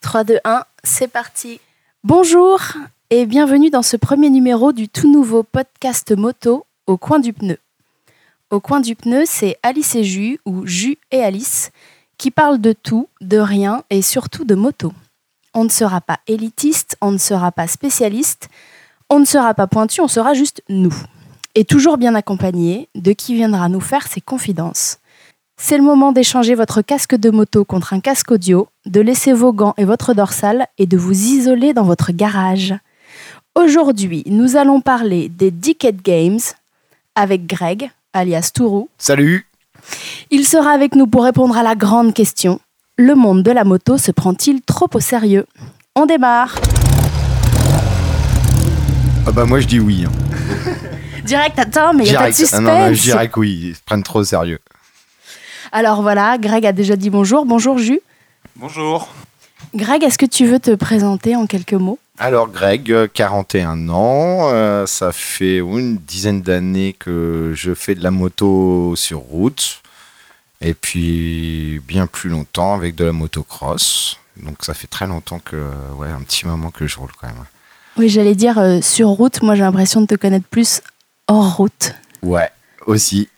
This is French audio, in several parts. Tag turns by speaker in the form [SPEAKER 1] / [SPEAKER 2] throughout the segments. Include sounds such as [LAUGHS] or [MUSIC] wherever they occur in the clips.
[SPEAKER 1] 3, 2, 1, c'est parti. Bonjour et bienvenue dans ce premier numéro du tout nouveau podcast moto Au coin du pneu. Au coin du pneu, c'est Alice et Jus ou Jus et Alice qui parlent de tout, de rien et surtout de moto. On ne sera pas élitiste, on ne sera pas spécialiste, on ne sera pas pointu, on sera juste nous. Et toujours bien accompagné de qui viendra nous faire ses confidences. C'est le moment d'échanger votre casque de moto contre un casque audio, de laisser vos gants et votre dorsale et de vous isoler dans votre garage. Aujourd'hui, nous allons parler des Dickhead Games avec Greg, alias Tourou.
[SPEAKER 2] Salut
[SPEAKER 1] Il sera avec nous pour répondre à la grande question. Le monde de la moto se prend-il trop au sérieux On démarre
[SPEAKER 2] Ah bah moi je dis oui. hein.
[SPEAKER 1] Direct, attends, mais il n'y a pas de
[SPEAKER 2] Direct. Ah
[SPEAKER 1] suspense
[SPEAKER 2] non, non, je dirais que oui, ils se prennent trop au sérieux.
[SPEAKER 1] Alors voilà, Greg a déjà dit bonjour. Bonjour, Jus.
[SPEAKER 3] Bonjour.
[SPEAKER 1] Greg, est-ce que tu veux te présenter en quelques mots
[SPEAKER 2] Alors Greg, euh, 41 ans, euh, ça fait une dizaine d'années que je fais de la moto sur route, et puis bien plus longtemps avec de la motocross. Donc ça fait très longtemps que, ouais, un petit moment que je roule quand même.
[SPEAKER 1] Oui, j'allais dire euh, sur route. Moi, j'ai l'impression de te connaître plus hors route.
[SPEAKER 2] Ouais, aussi.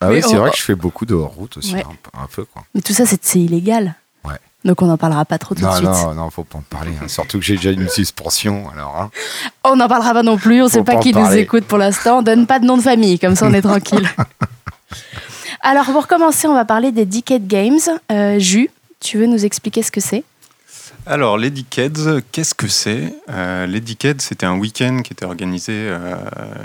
[SPEAKER 2] Ah
[SPEAKER 1] Mais
[SPEAKER 2] oui, c'est
[SPEAKER 1] on-
[SPEAKER 2] vrai que je fais beaucoup de hors-route aussi,
[SPEAKER 1] Ouais.
[SPEAKER 2] un peu- un peu quoi.
[SPEAKER 1] Mais tout ça, c'est c'est illégal.
[SPEAKER 2] Ouais.
[SPEAKER 1] Donc on n'en parlera pas trop tout de
[SPEAKER 2] Non,
[SPEAKER 1] suite.
[SPEAKER 2] non, non, faut pas en parler. hein. Surtout que j'ai déjà une suspension, alors. hein.
[SPEAKER 1] On n'en parlera pas non plus. On ne sait
[SPEAKER 2] Faut
[SPEAKER 1] pas
[SPEAKER 2] pas en
[SPEAKER 1] qui nous
[SPEAKER 2] parler.
[SPEAKER 1] écoute pour l'instant. On donne pas de nom de famille, comme ça on est
[SPEAKER 2] [LAUGHS]
[SPEAKER 1] tranquille. Alors pour commencer, on va parler des Decade Games. Euh, Jus, tu veux nous expliquer ce que c'est
[SPEAKER 3] Alors, les Dickheads, qu'est-ce que c'est Euh, Les Dickheads, c'était un week-end qui était organisé euh,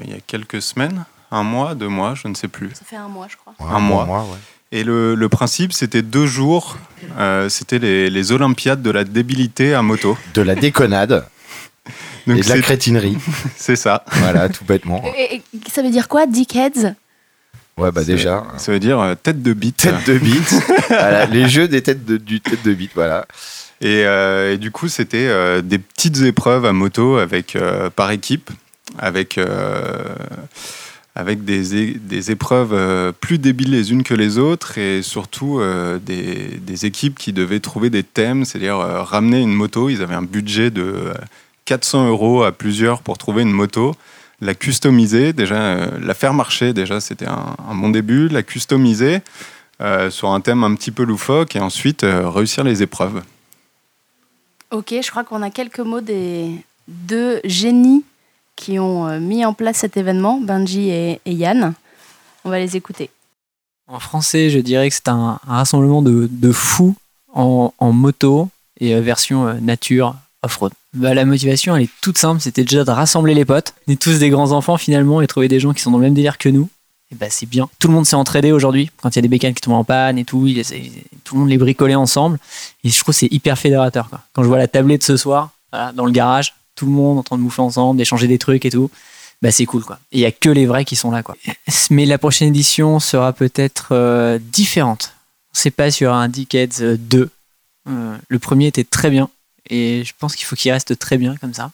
[SPEAKER 3] il y a quelques semaines, un mois, deux mois, je ne sais plus.
[SPEAKER 1] Ça fait un mois, je crois.
[SPEAKER 2] Ouais,
[SPEAKER 3] Un
[SPEAKER 2] bon,
[SPEAKER 3] mois.
[SPEAKER 2] moi, ouais.
[SPEAKER 3] Et le, le principe, c'était deux jours, euh, c'était les, les Olympiades de la débilité à moto.
[SPEAKER 2] De la déconnade
[SPEAKER 3] Donc,
[SPEAKER 2] et de la
[SPEAKER 3] c'est-
[SPEAKER 2] crétinerie.
[SPEAKER 3] c'est ça.
[SPEAKER 2] voilà, tout bêtement.
[SPEAKER 1] Et, et ça veut dire quoi, Dickheads
[SPEAKER 2] Ouais, bah
[SPEAKER 3] C'est-
[SPEAKER 2] déjà.
[SPEAKER 3] Ça veut dire euh, tête de bite.
[SPEAKER 2] Tête de bite. [LAUGHS] Voilà, les jeux des têtes de, du tête de bite, voilà.
[SPEAKER 3] Et, euh, et du coup, c'était euh, des petites épreuves à moto avec, euh, par équipe, avec, euh, avec des, é- des épreuves euh, plus débiles les unes que les autres et surtout euh, des, des équipes qui devaient trouver des thèmes, c'est-à-dire euh, ramener une moto. Ils avaient un budget de euh, 400 euros à plusieurs pour trouver une moto. La customiser, déjà, euh, la faire marcher, déjà, c'était un, un bon début. La customiser euh, sur un thème un petit peu loufoque et ensuite euh, réussir les épreuves.
[SPEAKER 1] Ok, je crois qu'on a quelques mots des deux génies qui ont euh, mis en place cet événement, Benji et- et Yann. On va les écouter.
[SPEAKER 4] En français, je dirais que c'est un, un rassemblement de, de fous en, en moto et euh, version euh, nature off-road. Bah, la motivation, elle est toute simple, c'était déjà de rassembler les potes. On est tous des grands enfants finalement et trouver des gens qui sont dans le même délire que nous. Et bah c'est bien. Tout le monde s'est entraidé aujourd'hui. Quand il y a des bécanes qui tombent en panne et tout, il essaie- tout le monde les bricolait ensemble. Et je trouve que c'est hyper fédérateur. quoi. Quand je vois la tablée de ce soir, voilà, dans le garage, tout le monde en train de bouffer ensemble, d'échanger des trucs et tout, bah c'est cool quoi. Et il y a que les vrais qui sont là quoi. Mais la prochaine édition sera peut-être euh, différente. On sait pas sur un Dickheads euh, 2. Euh, le premier était très bien. Et je pense qu'il faut qu'il reste très bien comme ça.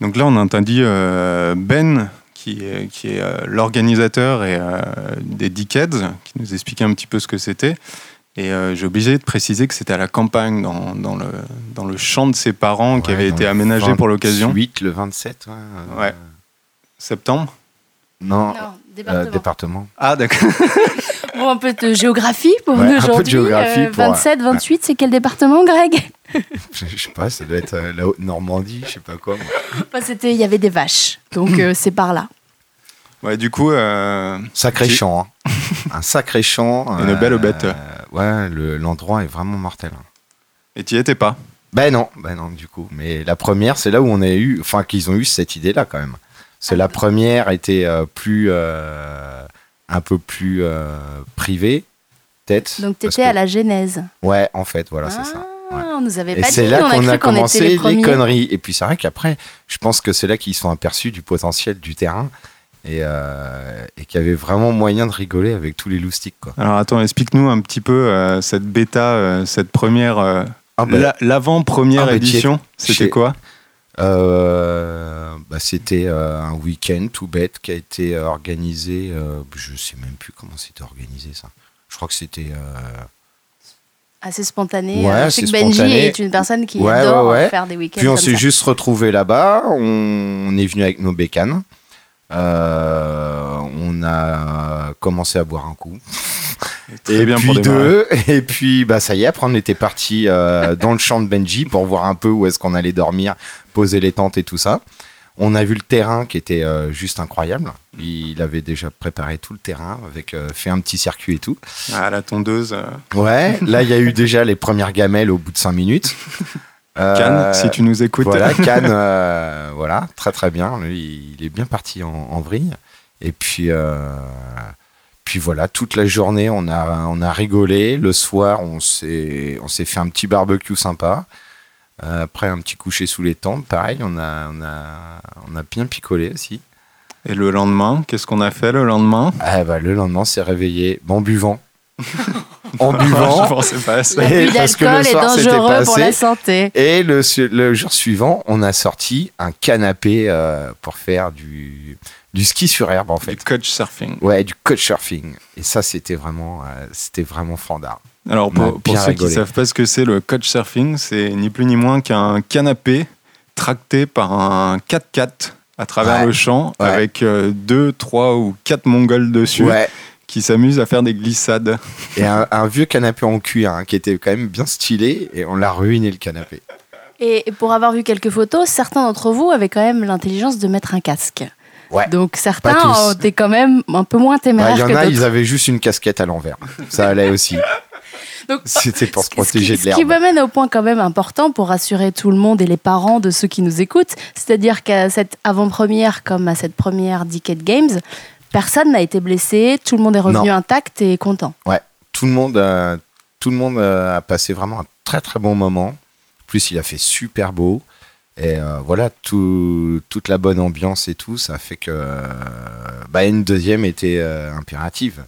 [SPEAKER 3] Donc là, on a entendu euh, Ben, qui est, qui est, euh, l'organisateur et, euh, des Dickheads, qui nous expliquait un petit peu ce que c'était. Et euh, j'ai obligé de préciser que c'était à la campagne, dans, dans le, dans le champ de ses parents, qui
[SPEAKER 2] Ouais,
[SPEAKER 3] avait
[SPEAKER 2] dans
[SPEAKER 3] été
[SPEAKER 2] le
[SPEAKER 3] aménagé pour l'occasion.
[SPEAKER 2] 28, le 27, ouais. euh,
[SPEAKER 3] Ouais. Septembre
[SPEAKER 2] Non, euh, département.
[SPEAKER 3] Ah, d'accord. [LAUGHS]
[SPEAKER 1] Bon, un peu de géographie pour
[SPEAKER 2] Ouais, un peu
[SPEAKER 1] nous
[SPEAKER 2] de
[SPEAKER 1] aujourd'hui.
[SPEAKER 2] géographie pour,
[SPEAKER 1] 27, 28, c'est quel département, Greg
[SPEAKER 2] Je [LAUGHS] je sais pas, ça doit être euh, la Haute-Normandie, je sais pas quoi. moi.
[SPEAKER 1] Enfin, C'était, il y avait des vaches, donc euh, c'est par là.
[SPEAKER 3] Ouais, du coup, euh,
[SPEAKER 2] Sacré
[SPEAKER 3] J'ai-
[SPEAKER 2] champ,
[SPEAKER 3] [LAUGHS]
[SPEAKER 2] hein. Un sacré champ. euh,
[SPEAKER 3] Et une belle bête.
[SPEAKER 2] Ouais, le- l'endroit est vraiment mortel. hein.
[SPEAKER 3] et tu n'y étais pas.
[SPEAKER 2] Ben non, ben non, du coup. Mais la première, c'est là où on a eu, enfin, qu'ils ont eu cette idée-là quand même. C'est la première était euh, plus, euh, un peu plus euh, privée, peut-être.
[SPEAKER 1] Donc
[SPEAKER 2] parce
[SPEAKER 1] t'étais
[SPEAKER 2] que-
[SPEAKER 1] à la Genèse.
[SPEAKER 2] Ouais, en fait, voilà, c'est ça.
[SPEAKER 1] Ah,
[SPEAKER 2] ouais.
[SPEAKER 1] on nous avait
[SPEAKER 2] Et
[SPEAKER 1] pas dit,
[SPEAKER 2] c'est là
[SPEAKER 1] on a
[SPEAKER 2] qu'on
[SPEAKER 1] cru
[SPEAKER 2] a,
[SPEAKER 1] qu'on était
[SPEAKER 2] commencé
[SPEAKER 1] les
[SPEAKER 2] les,
[SPEAKER 1] premiers.
[SPEAKER 2] conneries. Et puis c'est vrai qu'après, je pense que c'est là qu'ils se sont aperçus du potentiel du terrain et, euh, et qu'il y avait vraiment moyen de rigoler avec tous les loustiques, quoi.
[SPEAKER 3] Alors attends, explique-nous un petit peu euh, cette bêta, euh, cette première, euh,
[SPEAKER 2] Ah ben,
[SPEAKER 3] la- l'avant-première
[SPEAKER 2] Ah, bah, t'y
[SPEAKER 3] édition.
[SPEAKER 2] t'y
[SPEAKER 3] C'était
[SPEAKER 2] es-
[SPEAKER 3] quoi
[SPEAKER 2] Euh, bah, c'était euh, un week-end tout bête qui a été euh, organisé. euh, je sais même plus comment c'était organisé ça. Je crois que c'était euh,
[SPEAKER 1] assez spontané.
[SPEAKER 2] Ouais,
[SPEAKER 1] Euh, je sais
[SPEAKER 2] c'est
[SPEAKER 1] que Benji
[SPEAKER 2] spontané.
[SPEAKER 1] est une personne qui
[SPEAKER 2] Ouais,
[SPEAKER 1] adore
[SPEAKER 2] ouais, ouais.
[SPEAKER 1] faire des week-ends.
[SPEAKER 2] Puis on
[SPEAKER 1] comme
[SPEAKER 2] s'est
[SPEAKER 1] ça.
[SPEAKER 2] juste retrouvés là-bas, on est venu avec nos bécanes, Euh, on a commencé à boire un coup.
[SPEAKER 3] Très bien
[SPEAKER 2] puis
[SPEAKER 3] pour démarrer.
[SPEAKER 2] deux, [LAUGHS] et puis bah ça y est, après on était parti euh, dans le champ de Benji pour voir un peu où est-ce qu'on allait dormir, poser les tentes et tout ça. On a vu le terrain qui était euh, juste incroyable. Il avait déjà préparé tout le terrain, avec euh, fait un petit circuit et tout.
[SPEAKER 3] Ah, la tondeuse. euh,
[SPEAKER 2] Ouais, là il y a eu déjà les premières gamelles au bout de 5 minutes. Euh,
[SPEAKER 3] [LAUGHS] Cannes, si tu nous écoutes.
[SPEAKER 2] voilà, Cannes, euh, voilà, très très bien. Lui, il est bien parti en, en vrille. Et puis, euh, puis voilà, toute la journée, on a, on a rigolé. Le soir, on s'est, on s'est fait un petit barbecue sympa. Euh, Après, un petit coucher sous les tentes, pareil, on a, on a, on a bien picolé aussi.
[SPEAKER 3] Et le lendemain, qu'est-ce qu'on a fait
[SPEAKER 2] [LAUGHS]
[SPEAKER 3] le lendemain
[SPEAKER 2] Ah, bah, le lendemain, on s'est réveillé bon, en buvant. en
[SPEAKER 3] Je
[SPEAKER 2] buvant.
[SPEAKER 3] pensais pas
[SPEAKER 2] [LAUGHS]
[SPEAKER 3] à ça.
[SPEAKER 1] L'abus
[SPEAKER 2] Et parce que le
[SPEAKER 1] d'alcool est
[SPEAKER 2] soir, c'était
[SPEAKER 1] dangereux pour
[SPEAKER 2] passé.
[SPEAKER 1] la santé.
[SPEAKER 2] Et le, su- le jour suivant, on a sorti un canapé euh, pour faire du, du ski sur herbe, en
[SPEAKER 3] Du
[SPEAKER 2] fait.
[SPEAKER 3] coach surfing.
[SPEAKER 2] Ouais, du surfing. Et ça, c'était vraiment, euh, c'était vraiment fandard.
[SPEAKER 3] Alors,
[SPEAKER 2] On a
[SPEAKER 3] pour, pour
[SPEAKER 2] bien
[SPEAKER 3] ceux qui ne
[SPEAKER 2] rigolé.
[SPEAKER 3] savent pas ce que c'est le coach surfing, c'est ni plus ni moins qu'un canapé tracté par un 4x4 à travers
[SPEAKER 2] Ouais.
[SPEAKER 3] le champ
[SPEAKER 2] Ouais.
[SPEAKER 3] avec 2, 3 ou 4 mongols dessus
[SPEAKER 2] Ouais.
[SPEAKER 3] qui s'amusent à faire des glissades.
[SPEAKER 2] Et un, un vieux canapé en cuir hein, qui était quand même bien stylé et on l'a ruiné le canapé.
[SPEAKER 1] Et pour avoir vu quelques photos, certains d'entre vous avaient quand même l'intelligence de mettre un casque.
[SPEAKER 2] Ouais.
[SPEAKER 1] Donc certains
[SPEAKER 2] tous.
[SPEAKER 1] ont été quand même un peu moins
[SPEAKER 2] Bah, Il
[SPEAKER 1] téméraires
[SPEAKER 2] y en
[SPEAKER 1] que
[SPEAKER 2] a,
[SPEAKER 1] d'autres.
[SPEAKER 2] ils avaient juste une casquette à l'envers. Ça allait aussi. [LAUGHS]
[SPEAKER 1] Donc,
[SPEAKER 2] C'était pour se
[SPEAKER 1] Ce qui- ce qui-
[SPEAKER 2] protéger de
[SPEAKER 1] Ce qui
[SPEAKER 2] l'herbe.
[SPEAKER 1] m'amène au point quand même important pour rassurer tout le monde et les parents de ceux qui nous écoutent, c'est-à-dire qu'à cette avant-première comme à cette première Decade Games, personne n'a été blessé, tout le monde est revenu intact et content.
[SPEAKER 2] Tout le monde, euh, tout le monde euh, a passé vraiment un très très bon moment. En plus, il a fait super beau. Et euh, voilà, tout- toute la bonne ambiance et tout, ça fait que euh, bah, une deuxième était euh, impérative.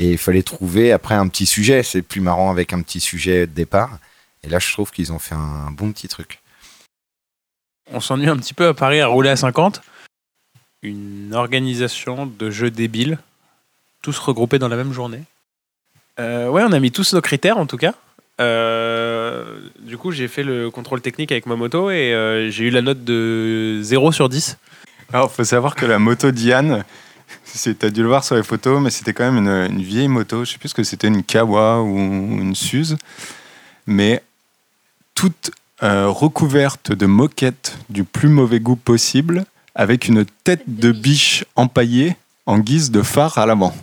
[SPEAKER 2] Et il fallait trouver après un petit sujet. C'est plus marrant avec un petit sujet de départ. Et là, je trouve qu'ils ont fait un bon petit truc.
[SPEAKER 5] on s'ennuie un petit peu à Paris à rouler à 50. Une organisation de jeux débiles, tous regroupés dans la même journée. Euh, ouais, on a mis tous nos critères en tout cas. Euh, du coup, j'ai fait le contrôle technique avec ma moto et euh, j'ai eu la note de 0 sur 10.
[SPEAKER 3] Alors, faut savoir que la moto Diane, [LAUGHS] c'est- t'as dû le voir sur les photos, mais c'était quand même une, une vieille moto. Je sais plus ce que c'était, une Kawa ou une Suze, mais toute euh, recouverte de moquettes du plus mauvais goût possible, avec une tête de biche empaillée en guise de phare à l'avant.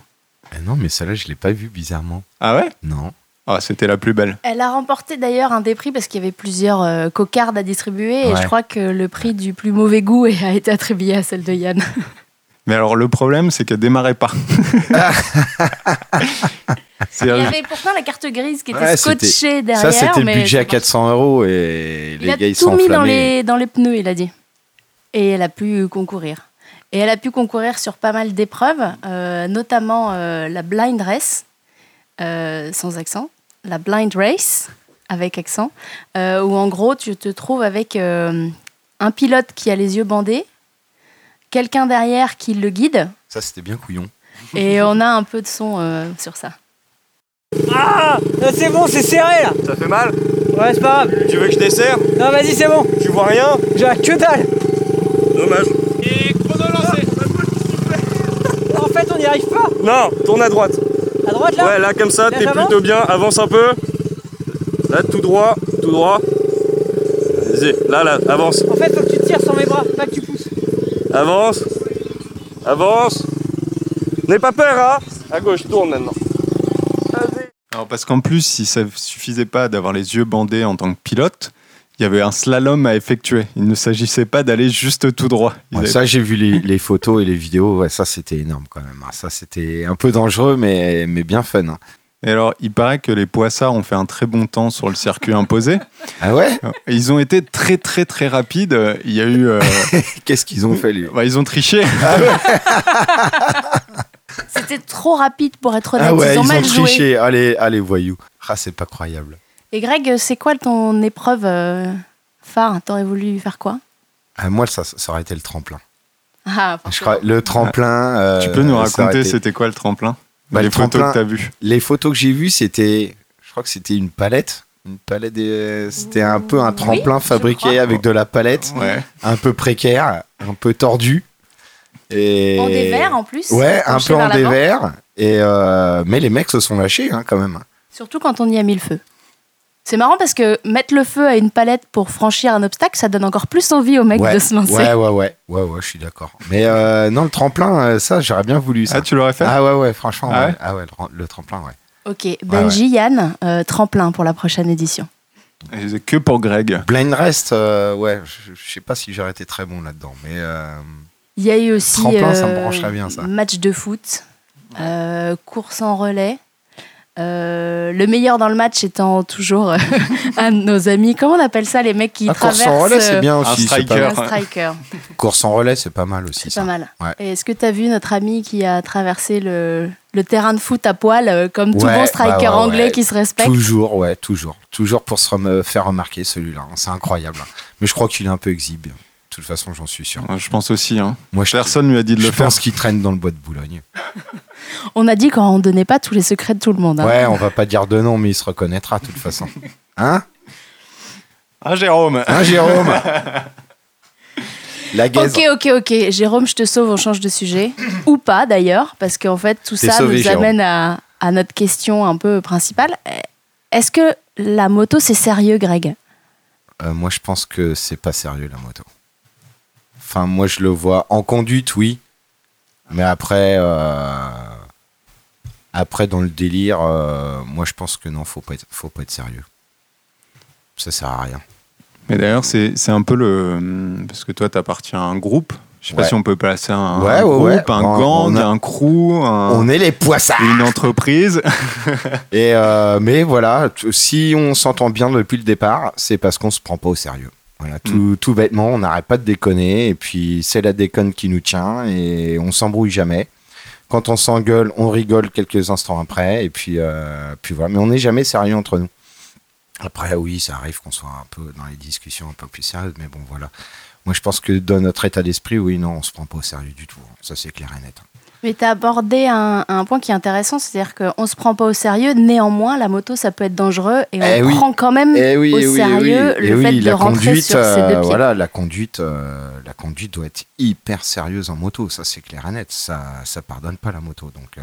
[SPEAKER 2] Ah non, mais celle-là, je l'ai pas vue bizarrement.
[SPEAKER 3] Ah ouais
[SPEAKER 2] Non.
[SPEAKER 3] Ah, c'était la plus belle.
[SPEAKER 1] Elle a remporté d'ailleurs un des prix parce qu'il y avait plusieurs euh, cocardes à distribuer et
[SPEAKER 2] Ouais.
[SPEAKER 1] je crois que le prix du plus mauvais goût [LAUGHS] a été attribué à celle de Yann.
[SPEAKER 3] Mais alors, le problème, c'est qu'elle démarrait pas.
[SPEAKER 1] Il y
[SPEAKER 3] C'est-à-dire,
[SPEAKER 1] avait pourtant la carte grise qui était
[SPEAKER 2] Ouais, c'était-
[SPEAKER 1] scotchée derrière.
[SPEAKER 2] ça, c'était le
[SPEAKER 1] mais
[SPEAKER 2] budget
[SPEAKER 1] ça
[SPEAKER 2] à 400 euros et
[SPEAKER 1] Il
[SPEAKER 2] les
[SPEAKER 1] a
[SPEAKER 2] gars, ils
[SPEAKER 1] tout
[SPEAKER 2] sont
[SPEAKER 1] mis
[SPEAKER 2] enflammés.
[SPEAKER 1] dans les, dans les pneus, il a dit. Et elle a pu concourir. Et elle a pu concourir sur pas mal d'épreuves, euh, notamment euh, la blind race, euh, sans accent, la blind race, avec accent, euh, où en gros, tu te trouves avec euh, un pilote qui a les yeux bandés, quelqu'un derrière qui le guide,
[SPEAKER 2] Ça, c'était bien couillon. [LAUGHS]
[SPEAKER 1] et on a un peu de son euh, sur ça.
[SPEAKER 6] Ah Là, C'est bon, c'est serré là
[SPEAKER 7] Ça fait mal
[SPEAKER 6] Ouais, c'est pas grave.
[SPEAKER 7] Tu veux que je desserre
[SPEAKER 6] Non, vas-y, c'est bon.
[SPEAKER 7] Tu vois rien
[SPEAKER 6] J'ai la que dalle.
[SPEAKER 7] Dommage.
[SPEAKER 6] En fait, on n'y arrive pas.
[SPEAKER 7] Non, tourne à droite.
[SPEAKER 6] À droite là
[SPEAKER 7] Ouais, là comme ça,
[SPEAKER 6] Là,
[SPEAKER 7] t'es
[SPEAKER 6] j'avance
[SPEAKER 7] plutôt bien. Avance un peu. Là, tout droit, tout droit. Vas-y, là, là, avance.
[SPEAKER 6] En fait, faut que tu tires sur mes bras, pas que tu pousses.
[SPEAKER 7] Avance. Avance. N'aie pas peur, hein À gauche, tourne maintenant.
[SPEAKER 3] Alors parce qu'en plus, si ça suffisait pas d'avoir les yeux bandés en tant que pilote, il y avait un slalom à effectuer. Il ne s'agissait pas d'aller juste tout droit. Ils
[SPEAKER 2] Ouais,
[SPEAKER 3] avaient-
[SPEAKER 2] ça, j'ai vu
[SPEAKER 3] [LAUGHS]
[SPEAKER 2] les, les photos et les vidéos. Ouais, ça, c'était énorme quand même. hein. Ça, c'était un peu dangereux, mais, mais bien fun. hein.
[SPEAKER 3] Et alors, il paraît que les poissards ont fait un très bon temps sur le circuit [LAUGHS] imposé.
[SPEAKER 2] Ah ouais
[SPEAKER 3] Ils ont été très très très rapides. Il y
[SPEAKER 2] [LAUGHS]
[SPEAKER 3] a eu, euh,
[SPEAKER 2] Qu'est-ce qu'ils ont fait, lui
[SPEAKER 3] bah, ils ont triché.
[SPEAKER 2] Euh,
[SPEAKER 1] C'était trop rapide pour être honnête,
[SPEAKER 2] Ah ouais,
[SPEAKER 1] ils
[SPEAKER 2] ils
[SPEAKER 1] ont
[SPEAKER 2] ont
[SPEAKER 1] mal joué.
[SPEAKER 2] triché. Allez, allez, voyous. Ah, c'est pas croyable.
[SPEAKER 1] Et Greg, c'est quoi ton épreuve euh, phare T'aurais voulu faire quoi
[SPEAKER 2] Ah, moi, ça, ça aurait été le tremplin.
[SPEAKER 1] Ah,
[SPEAKER 2] Je
[SPEAKER 1] forcément.
[SPEAKER 2] crois- le tremplin. euh,
[SPEAKER 3] Ah, tu peux nous
[SPEAKER 2] ça aurait
[SPEAKER 3] raconter
[SPEAKER 2] été-
[SPEAKER 3] c'était quoi le tremplin
[SPEAKER 2] Bah,
[SPEAKER 3] Les
[SPEAKER 2] le
[SPEAKER 3] photos
[SPEAKER 2] tremplin-
[SPEAKER 3] que tu as vues.
[SPEAKER 2] Les photos que j'ai vues, c'était. Je crois que c'était une palette. Une palette des- C'était un peu un tremplin fabriqué
[SPEAKER 1] crois.
[SPEAKER 2] avec de la palette,
[SPEAKER 3] Ouais.
[SPEAKER 2] un peu précaire, un peu tordu. Et...
[SPEAKER 1] En des verres en plus.
[SPEAKER 2] Ouais, un
[SPEAKER 1] penché
[SPEAKER 2] peu en
[SPEAKER 1] vers l'avant.
[SPEAKER 2] dévers. Et euh, mais les mecs se sont lâchés hein, quand même.
[SPEAKER 1] Surtout quand on y a mis le feu. C'est marrant parce que mettre le feu à une palette pour franchir un obstacle, ça donne encore plus envie aux mecs
[SPEAKER 2] ouais,
[SPEAKER 1] de se lancer.
[SPEAKER 2] ouais, ouais, ouais, ouais, ouais, je suis d'accord. Mais euh, non, le tremplin, euh, ça, j'aurais bien voulu ça.
[SPEAKER 3] Ah, tu l'aurais fait
[SPEAKER 2] Ah ouais, ouais, franchement,
[SPEAKER 3] Ah
[SPEAKER 2] ouais.
[SPEAKER 3] ouais
[SPEAKER 2] Ah ouais, le, rem- le tremplin, ouais.
[SPEAKER 1] Ok, Benji, Yann, euh, tremplin pour la prochaine édition.
[SPEAKER 3] Et c'est Que pour Greg.
[SPEAKER 2] Blind Rest, euh, ouais, je je sais pas si j'aurais été très bon là-dedans, mais euh,
[SPEAKER 1] Il y a eu aussi euh,
[SPEAKER 2] Tremplin, ça me brancherait bien, ça.
[SPEAKER 1] match de foot, euh, course en relais. euh, le meilleur dans le match étant toujours [LAUGHS] euh, un de nos amis. Comment on appelle ça les mecs qui
[SPEAKER 2] ah,
[SPEAKER 1] traversent
[SPEAKER 2] course en relais, c'est
[SPEAKER 1] euh,
[SPEAKER 2] bien
[SPEAKER 3] un
[SPEAKER 2] aussi. c'est
[SPEAKER 3] striker.
[SPEAKER 2] pas mal.
[SPEAKER 1] un striker
[SPEAKER 2] Course en relais, c'est pas mal aussi.
[SPEAKER 1] C'est
[SPEAKER 2] ça.
[SPEAKER 1] pas mal.
[SPEAKER 2] Ouais.
[SPEAKER 1] Et Est-ce que tu as vu notre ami qui a traversé le, le terrain de foot à poil, euh, comme tout
[SPEAKER 2] Ouais,
[SPEAKER 1] bon striker
[SPEAKER 2] bah ouais,
[SPEAKER 1] anglais
[SPEAKER 2] ouais.
[SPEAKER 1] qui se respecte
[SPEAKER 2] Toujours, ouais, toujours, toujours pour se rem- faire remarquer celui-là. hein, C'est incroyable. hein. Mais je crois qu'il est un peu exhibe. De toute façon, j'en suis sûr.
[SPEAKER 3] Je pense aussi. Hein.
[SPEAKER 2] Moi, je,
[SPEAKER 3] Personne lui a dit de
[SPEAKER 2] je
[SPEAKER 3] le faire.
[SPEAKER 2] pense qu'il traîne dans le bois de Boulogne.
[SPEAKER 1] On a dit qu'on ne donnait pas tous les secrets de tout le monde. hein.
[SPEAKER 2] Ouais, on va pas dire de nom, mais il se reconnaîtra de toute façon. Hein
[SPEAKER 3] Ah, Jérôme
[SPEAKER 2] Hein, Jérôme La gaze.
[SPEAKER 1] Ok, ok, ok. Jérôme, je te sauve, on change de sujet. Ou pas d'ailleurs, parce qu'en fait, tout
[SPEAKER 2] T'es
[SPEAKER 1] ça
[SPEAKER 2] sauvé,
[SPEAKER 1] nous
[SPEAKER 2] Jérôme.
[SPEAKER 1] amène à, à notre question un peu principale. Euh, Est-ce que la moto, c'est sérieux, Greg
[SPEAKER 2] Euh, moi, je pense que c'est pas sérieux la moto. Enfin, moi, je le vois en conduite, oui. Mais après, euh, après dans le délire, euh, moi, je pense que non, faut pas être, faut pas être sérieux. Ça sert à rien.
[SPEAKER 3] Mais d'ailleurs, c'est c'est un peu le. Parce que toi, t'appartiens à un groupe. Je sais pas
[SPEAKER 2] Ouais.
[SPEAKER 3] si on peut placer un,
[SPEAKER 2] Ouais,
[SPEAKER 3] un
[SPEAKER 2] ouais,
[SPEAKER 3] groupe,
[SPEAKER 2] ouais.
[SPEAKER 3] un
[SPEAKER 2] On-
[SPEAKER 3] gang,
[SPEAKER 2] on a-
[SPEAKER 3] un crew, un-
[SPEAKER 2] On est les poissards.
[SPEAKER 3] une entreprise. [LAUGHS]
[SPEAKER 2] Et euh, mais voilà, t- si on s'entend bien depuis le départ, c'est parce qu'on se prend pas au sérieux. Voilà, tout, tout bêtement, on n'arrête pas de déconner, et puis c'est la déconne qui nous tient, et on s'embrouille jamais. Quand on s'engueule, on rigole quelques instants après, et puis, euh, puis voilà. Mais on n'est jamais sérieux entre nous. Après, oui, ça arrive qu'on soit un peu dans les discussions un peu plus sérieuses, mais bon, voilà. Moi, je pense que dans notre état d'esprit, oui, non, on se prend pas au sérieux du tout. Ça, c'est clair et net.
[SPEAKER 1] Mais tu as abordé un, un point qui est intéressant, c'est-à-dire qu'on ne se prend pas au sérieux, néanmoins la moto ça peut être dangereux et on
[SPEAKER 2] Eh oui.
[SPEAKER 1] prend quand même
[SPEAKER 2] Eh oui,
[SPEAKER 1] au
[SPEAKER 2] eh oui, eh
[SPEAKER 1] sérieux
[SPEAKER 2] oui,
[SPEAKER 1] le
[SPEAKER 2] eh oui,
[SPEAKER 1] fait de rentrer sur ses deux
[SPEAKER 2] euh,
[SPEAKER 1] pieds.
[SPEAKER 2] voilà, la conduite, euh, la conduite doit être hyper sérieuse en moto, ça c'est clair et net, ça ça pardonne pas la moto, donc euh,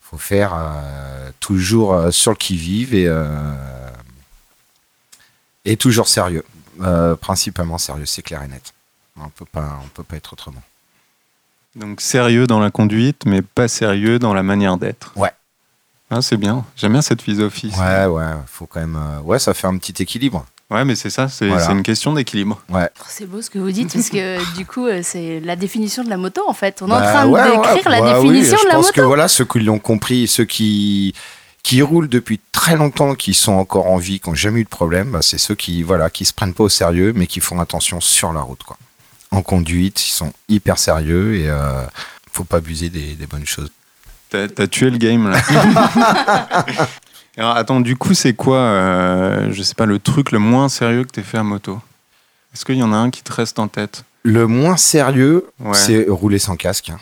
[SPEAKER 2] faut faire euh, toujours euh, sur le qui vive et euh, et toujours sérieux, Euh, principalement sérieux, c'est clair et net. On peut pas, on peut pas être autrement.
[SPEAKER 3] Donc sérieux dans la conduite, mais pas sérieux dans la manière d'être.
[SPEAKER 2] Ouais.
[SPEAKER 3] Ah, c'est bien. J'aime bien cette philosophie. ça.
[SPEAKER 2] Ouais, ouais, faut quand même, euh, ouais, ça fait un petit équilibre.
[SPEAKER 3] Ouais, mais c'est ça, c'est
[SPEAKER 2] Voilà.
[SPEAKER 3] c'est une question d'équilibre.
[SPEAKER 1] Oh, C'est beau ce que vous dites parce que
[SPEAKER 2] [LAUGHS]
[SPEAKER 1] du coup euh, c'est la définition de la moto en fait. On est
[SPEAKER 2] Bah
[SPEAKER 1] en train
[SPEAKER 2] ouais, ouais,
[SPEAKER 1] d'écrire la
[SPEAKER 2] bah oui,
[SPEAKER 1] définition de la
[SPEAKER 2] Je pense
[SPEAKER 1] moto. Ah
[SPEAKER 2] que voilà, ceux qui l'ont compris, ceux qui, qui roulent depuis très longtemps, qui sont encore en vie, qui n'ont jamais eu de problème, bah, c'est ceux qui voilà, qui se prennent pas au sérieux, mais qui font attention sur la route. Quoi. En conduite, ils sont hyper sérieux et euh, faut pas abuser des, des bonnes choses.
[SPEAKER 3] T'as t'as tué le
[SPEAKER 2] [LAUGHS]
[SPEAKER 3] game là. Alors attends, du coup, c'est quoi, euh, je sais pas, le truc le moins sérieux que t'aies fait à moto Est-ce qu'il y en a un qui te reste en tête
[SPEAKER 2] Le moins sérieux,
[SPEAKER 3] Ouais.
[SPEAKER 2] c'est rouler sans casque. hein.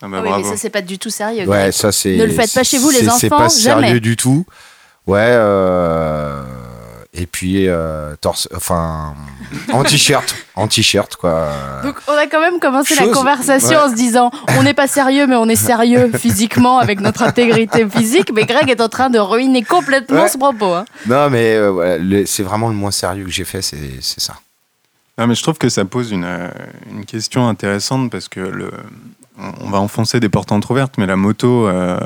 [SPEAKER 3] Ah
[SPEAKER 1] Ah
[SPEAKER 3] bah
[SPEAKER 1] oui, mais
[SPEAKER 3] bravo.
[SPEAKER 1] ça c'est pas du tout sérieux.
[SPEAKER 2] Ouais,
[SPEAKER 1] Greg.
[SPEAKER 2] ça c'est.
[SPEAKER 1] Ne le faites pas chez vous, les
[SPEAKER 2] c'est- C'est
[SPEAKER 1] enfants,
[SPEAKER 2] pas sérieux
[SPEAKER 1] jamais.
[SPEAKER 2] du tout. Ouais. euh, Et puis euh, torse, enfin en t-shirt, en t-shirt quoi.
[SPEAKER 1] Donc on a quand même commencé la
[SPEAKER 2] Chose-
[SPEAKER 1] conversation
[SPEAKER 2] ouais.
[SPEAKER 1] en se disant on n'est pas sérieux mais on est sérieux
[SPEAKER 2] [LAUGHS]
[SPEAKER 1] physiquement avec notre intégrité physique mais Greg est en train de ruiner complètement
[SPEAKER 2] Ouais.
[SPEAKER 1] ce propos. hein.
[SPEAKER 2] Non, mais euh, ouais, le- c'est vraiment le moins sérieux que j'ai fait, c'est c'est ça.
[SPEAKER 3] Non, mais je trouve que ça pose une, euh, une question intéressante parce que le, on on va enfoncer des portes entrouvertes, mais la moto, euh,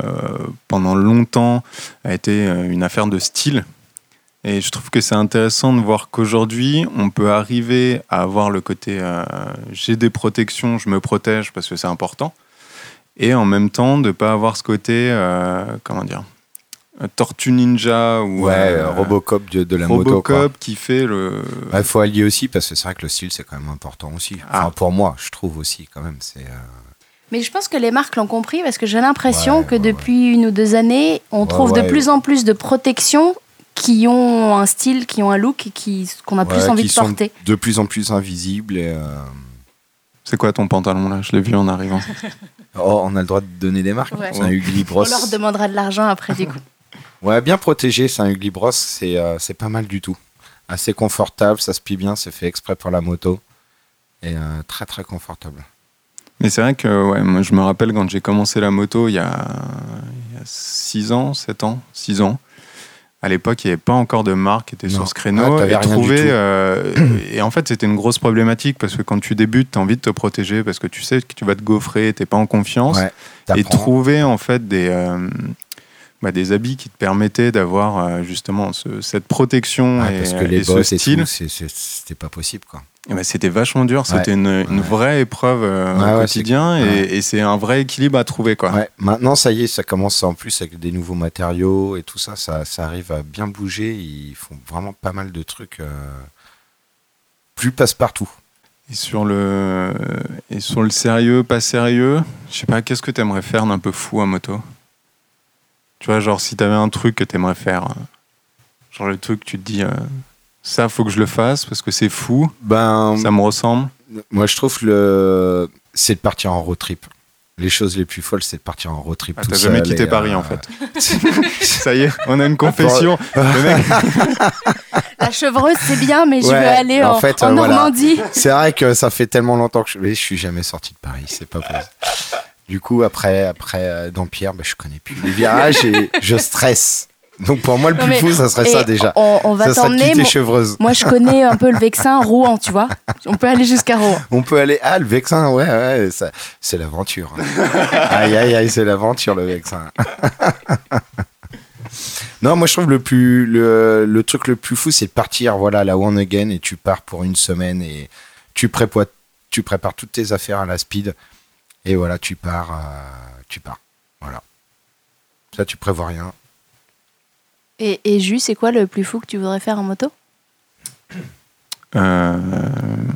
[SPEAKER 3] pendant longtemps, a été euh, une affaire de style. Et je trouve que c'est intéressant de voir qu'aujourd'hui, on peut arriver à avoir le côté euh, j'ai des protections, je me protège parce que c'est important. Et en même temps, de ne pas avoir ce côté, euh, comment dire, euh, tortue ninja ou
[SPEAKER 2] Ouais,
[SPEAKER 3] euh,
[SPEAKER 2] Robocop de, de la moto.
[SPEAKER 3] Robocop
[SPEAKER 2] quoi.
[SPEAKER 3] qui fait le.
[SPEAKER 2] Il faut allier aussi, parce que c'est vrai que le style, c'est quand même important aussi. Enfin,
[SPEAKER 3] Ah.
[SPEAKER 2] pour moi, je trouve aussi, quand même. c'est euh,
[SPEAKER 1] Mais je pense que les marques l'ont compris parce que j'ai l'impression
[SPEAKER 2] Ouais,
[SPEAKER 1] que
[SPEAKER 2] ouais,
[SPEAKER 1] depuis une ou deux années, on
[SPEAKER 2] Ouais,
[SPEAKER 1] trouve de
[SPEAKER 2] ouais.
[SPEAKER 1] plus en plus de protections qui ont un style, qui ont un look et qui qu'on a plus
[SPEAKER 2] ouais,
[SPEAKER 1] envie
[SPEAKER 2] qui
[SPEAKER 1] de
[SPEAKER 2] sont
[SPEAKER 1] porter.
[SPEAKER 2] de plus en plus invisibles. et, euh,
[SPEAKER 3] C'est quoi ton pantalon là Je l'ai vu en arrivant.
[SPEAKER 2] Oh, on a le droit de donner des marques.
[SPEAKER 1] Ouais.
[SPEAKER 2] On a eu Glibros.
[SPEAKER 1] On leur demandera de l'argent après du coup.
[SPEAKER 2] Ouais, bien protégé, c'est un Ugly Bros, c'est euh, c'est pas mal du tout. Assez confortable, ça se plie bien, c'est fait exprès pour la moto. Et euh, très très confortable.
[SPEAKER 3] Mais c'est vrai que ouais, moi, je me rappelle quand j'ai commencé la moto il y a 6 ans, 7 ans, 6 ans. À l'époque, il n'y avait pas encore de marque qui était
[SPEAKER 2] Non.
[SPEAKER 3] sur ce créneau.
[SPEAKER 2] Ah, t'avais
[SPEAKER 3] et,
[SPEAKER 2] rien du
[SPEAKER 3] trouver,
[SPEAKER 2] tout.
[SPEAKER 3] euh, et en fait, c'était une grosse problématique parce que quand tu débutes, tu as envie de te protéger parce que tu sais que tu vas te gaufrer, tu n'es pas en confiance.
[SPEAKER 2] Ouais,
[SPEAKER 3] et
[SPEAKER 2] t'apprends.
[SPEAKER 3] trouver en fait des, euh, bah, des habits qui te permettaient d'avoir euh, justement ce- cette protection
[SPEAKER 2] Ouais,
[SPEAKER 3] et, euh,
[SPEAKER 2] parce que les
[SPEAKER 3] et ce
[SPEAKER 2] boss et
[SPEAKER 3] style.
[SPEAKER 2] tout, c'est- c'est- c'était pas possible quoi.
[SPEAKER 3] Eh ben, c'était vachement dur, c'était une, une
[SPEAKER 2] ouais.
[SPEAKER 3] vraie épreuve euh,
[SPEAKER 2] Ouais,
[SPEAKER 3] au
[SPEAKER 2] ouais,
[SPEAKER 3] quotidien
[SPEAKER 2] c'est-
[SPEAKER 3] et, et c'est un vrai équilibre à trouver. Quoi.
[SPEAKER 2] Ouais, maintenant ça y est, ça commence en plus avec des nouveaux matériaux et tout ça, ça, ça arrive à bien bouger. Ils font vraiment pas mal de trucs euh, plus passe-partout.
[SPEAKER 3] Et, sur le, et sur le sérieux, pas sérieux, je sais pas, qu'est-ce que t'aimerais faire d'un peu fou à moto Tu vois, genre si t'avais un truc que t'aimerais faire, euh, genre le truc que tu te dis, euh, ça faut que je le fasse parce que c'est fou,
[SPEAKER 2] Ben,
[SPEAKER 3] ça me ressemble.
[SPEAKER 2] moi je trouve le c'est de partir en road trip. Les choses les plus folles, c'est de partir en road trip.
[SPEAKER 3] Ah,
[SPEAKER 2] tout
[SPEAKER 3] t'as jamais
[SPEAKER 2] seul
[SPEAKER 3] quitté
[SPEAKER 2] et,
[SPEAKER 3] Paris
[SPEAKER 2] euh,
[SPEAKER 3] en fait.
[SPEAKER 2] [LAUGHS]
[SPEAKER 3] ça y est, on a une confession. Le mec,
[SPEAKER 1] La chevreuse, c'est bien, mais je
[SPEAKER 2] Ouais,
[SPEAKER 1] veux aller
[SPEAKER 2] en
[SPEAKER 1] en,
[SPEAKER 2] fait,
[SPEAKER 1] en
[SPEAKER 2] euh, voilà.
[SPEAKER 1] Normandie.
[SPEAKER 2] C'est vrai que ça fait tellement longtemps que je, mais je suis jamais sorti de Paris, c'est pas possible. Du coup, après, après euh, Dampierre, bah, je connais plus les virages et je stresse. Donc pour moi, le
[SPEAKER 1] Non,
[SPEAKER 2] plus
[SPEAKER 1] mais-
[SPEAKER 2] fou, ça serait
[SPEAKER 1] Et
[SPEAKER 2] ça déjà.
[SPEAKER 1] On, on va
[SPEAKER 2] ça serait de
[SPEAKER 1] t'emmener.
[SPEAKER 2] quitter
[SPEAKER 1] Moi,
[SPEAKER 2] Chevreuse.
[SPEAKER 1] moi, je connais un peu le Vexin, Rouen, tu vois. On peut aller jusqu'à Rouen.
[SPEAKER 2] On peut aller. Ah, le Vexin, ouais, ouais, ça- c'est l'aventure. hein. aïe, aïe, aïe, c'est l'aventure, le Vexin. [LAUGHS] non, moi, je trouve le, plus, le, le truc le plus fou, c'est de partir, voilà, la One Again, et tu pars pour une semaine, et tu, prépois- tu prépares toutes tes affaires à la speed, et voilà, tu pars. euh, tu pars. Voilà. Ça, tu prévois rien.
[SPEAKER 1] Et, et Jus, c'est quoi le plus fou que tu voudrais faire en moto
[SPEAKER 3] Euh,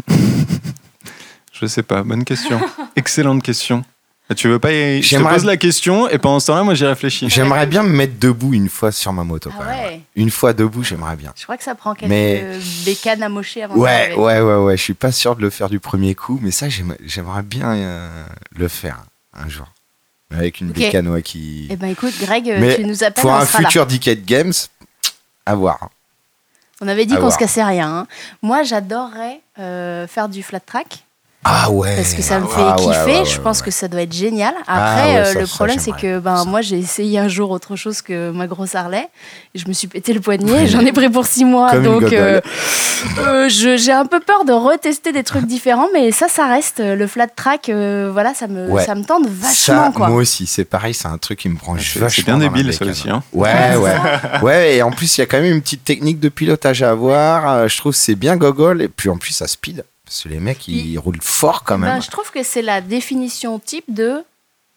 [SPEAKER 3] [LAUGHS] Je sais pas, bonne question. Excellente question. Ah, Tu veux pas y... Je te
[SPEAKER 2] J'aimerais-
[SPEAKER 3] pose la question et pendant ce temps-là, moi j'y réfléchis.
[SPEAKER 2] J'aimerais bien me mettre debout une fois sur ma moto, quand même. Une fois debout, j'aimerais bien.
[SPEAKER 1] Je crois que ça prend quelques
[SPEAKER 2] Mais-
[SPEAKER 1] bécanes à mocher avant
[SPEAKER 2] Ouais,
[SPEAKER 1] d'arriver.
[SPEAKER 2] ouais, ouais, ouais. Je suis pas sûr de le faire du premier coup, mais ça, j'aime- j'aimerais bien euh, le faire un jour. Avec une
[SPEAKER 1] Ok.
[SPEAKER 2] bécane ouais, qui.
[SPEAKER 1] Eh ben écoute, Greg, euh,
[SPEAKER 2] Mais
[SPEAKER 1] tu nous appelles,
[SPEAKER 2] Pour
[SPEAKER 1] on
[SPEAKER 2] un
[SPEAKER 1] sera là.
[SPEAKER 2] futur Decade Games, à voir.
[SPEAKER 1] On avait dit
[SPEAKER 2] à
[SPEAKER 1] qu'on
[SPEAKER 2] voir.
[SPEAKER 1] se cassait rien. hein. Moi, j'adorerais euh, faire du flat track
[SPEAKER 2] Ah ouais.
[SPEAKER 1] parce que ça me
[SPEAKER 2] Ah
[SPEAKER 1] fait
[SPEAKER 2] ouais,
[SPEAKER 1] kiffer.
[SPEAKER 2] ouais, ouais,
[SPEAKER 1] je
[SPEAKER 2] ouais,
[SPEAKER 1] pense
[SPEAKER 2] ouais.
[SPEAKER 1] que ça doit être génial. Après,
[SPEAKER 2] Ah ouais,
[SPEAKER 1] euh,
[SPEAKER 2] ça,
[SPEAKER 1] le
[SPEAKER 2] ça,
[SPEAKER 1] problème, c'est
[SPEAKER 2] j'aimerais
[SPEAKER 1] que ben
[SPEAKER 2] ça.
[SPEAKER 1] moi, j'ai essayé un jour autre chose que ma grosse Harley. Je me suis pété le poignet. J'en ai pris pour six mois,
[SPEAKER 2] Comme une
[SPEAKER 1] donc
[SPEAKER 2] godole.
[SPEAKER 1] euh, euh, je- j'ai un peu peur de retester des trucs différents. Mais ça, ça reste euh, le flat track. euh, voilà, ça me
[SPEAKER 2] Ouais.
[SPEAKER 1] ça me tente
[SPEAKER 2] Ça,
[SPEAKER 1] vachement quoi.
[SPEAKER 2] moi aussi, c'est pareil, c'est un truc qui me branche
[SPEAKER 3] C'est
[SPEAKER 2] vachement.
[SPEAKER 3] c'est bien
[SPEAKER 2] dans la
[SPEAKER 3] débile ça
[SPEAKER 2] bécane.
[SPEAKER 3] aussi. hein.
[SPEAKER 2] Ouais, ouais. ouais, et en plus, il y a quand même une petite technique de pilotage à avoir. Euh, Je trouve que c'est bien gogol. Et puis en plus, ça speed. Parce que les mecs, ils roulent fort quand
[SPEAKER 1] Ben,
[SPEAKER 2] même.
[SPEAKER 1] je trouve que c'est la définition type de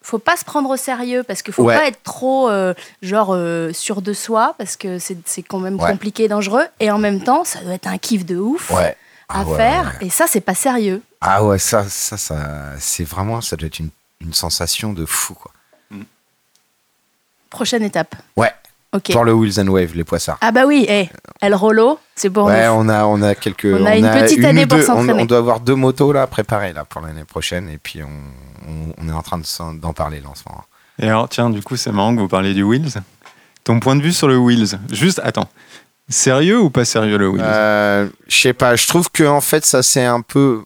[SPEAKER 1] faut pas se prendre au sérieux parce qu'il faut
[SPEAKER 2] Ouais.
[SPEAKER 1] pas être trop euh, genre euh, sûr de soi parce que c'est c'est quand même
[SPEAKER 2] Ouais.
[SPEAKER 1] compliqué et dangereux et en même temps ça doit être un kiff de ouf
[SPEAKER 2] Ouais.
[SPEAKER 1] à
[SPEAKER 2] Ah ouais,
[SPEAKER 1] faire et ça c'est pas sérieux
[SPEAKER 2] Ah ouais, ça, ça, ça, c'est vraiment, ça doit être une, une sensation de fou, quoi.
[SPEAKER 1] prochaine étape
[SPEAKER 2] Ouais.
[SPEAKER 1] ok
[SPEAKER 2] Pour le Wheels and Wave, les poissards.
[SPEAKER 1] ah bah oui eh, El Rolo c'est pour
[SPEAKER 2] ouais,
[SPEAKER 1] nous
[SPEAKER 2] on a, on a quelques,
[SPEAKER 1] Ah, On a une petite
[SPEAKER 2] ou
[SPEAKER 1] année pour
[SPEAKER 2] deux- on-
[SPEAKER 1] s'entraîner.
[SPEAKER 2] On, doit avoir deux motos là à préparer là pour l'année prochaine, et puis on, on, on est en train de s'en- d'en parler là en ce moment.
[SPEAKER 3] Et alors, tiens, du coup, c'est marrant que vous parliez du wheels. Ton point de vue sur le wheels, juste attends. Sérieux ou pas sérieux le wheels
[SPEAKER 2] Euh, je sais pas, je trouve que en fait ça s'est un peu